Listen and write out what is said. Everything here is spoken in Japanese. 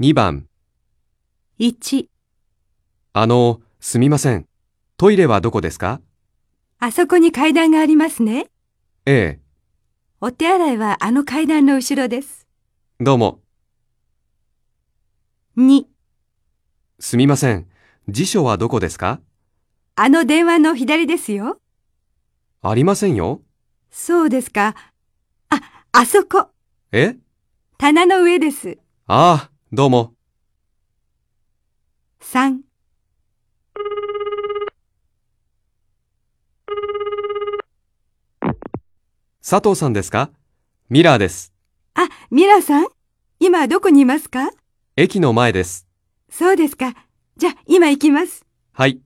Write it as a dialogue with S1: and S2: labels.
S1: 2番、
S2: 1、
S1: あの、すみません。トイレはどこですか
S2: あそこに階段がありますね。
S1: ええ、
S2: お手洗いはあの階段の後ろです。
S1: どうも、
S2: 2、
S1: すみません。辞書はどこですか
S2: あの電話の左ですよ。
S1: ありませんよ。
S2: そうですか。あ、あそこ、
S1: え
S2: 棚の上です。
S1: ああ、どうも。
S2: 3、
S1: 佐藤さんですかミラーです。
S2: あ、ミラさん今どこにいますか
S1: 駅の前です。
S2: そうですか。じゃあ、今行きます。
S1: はい。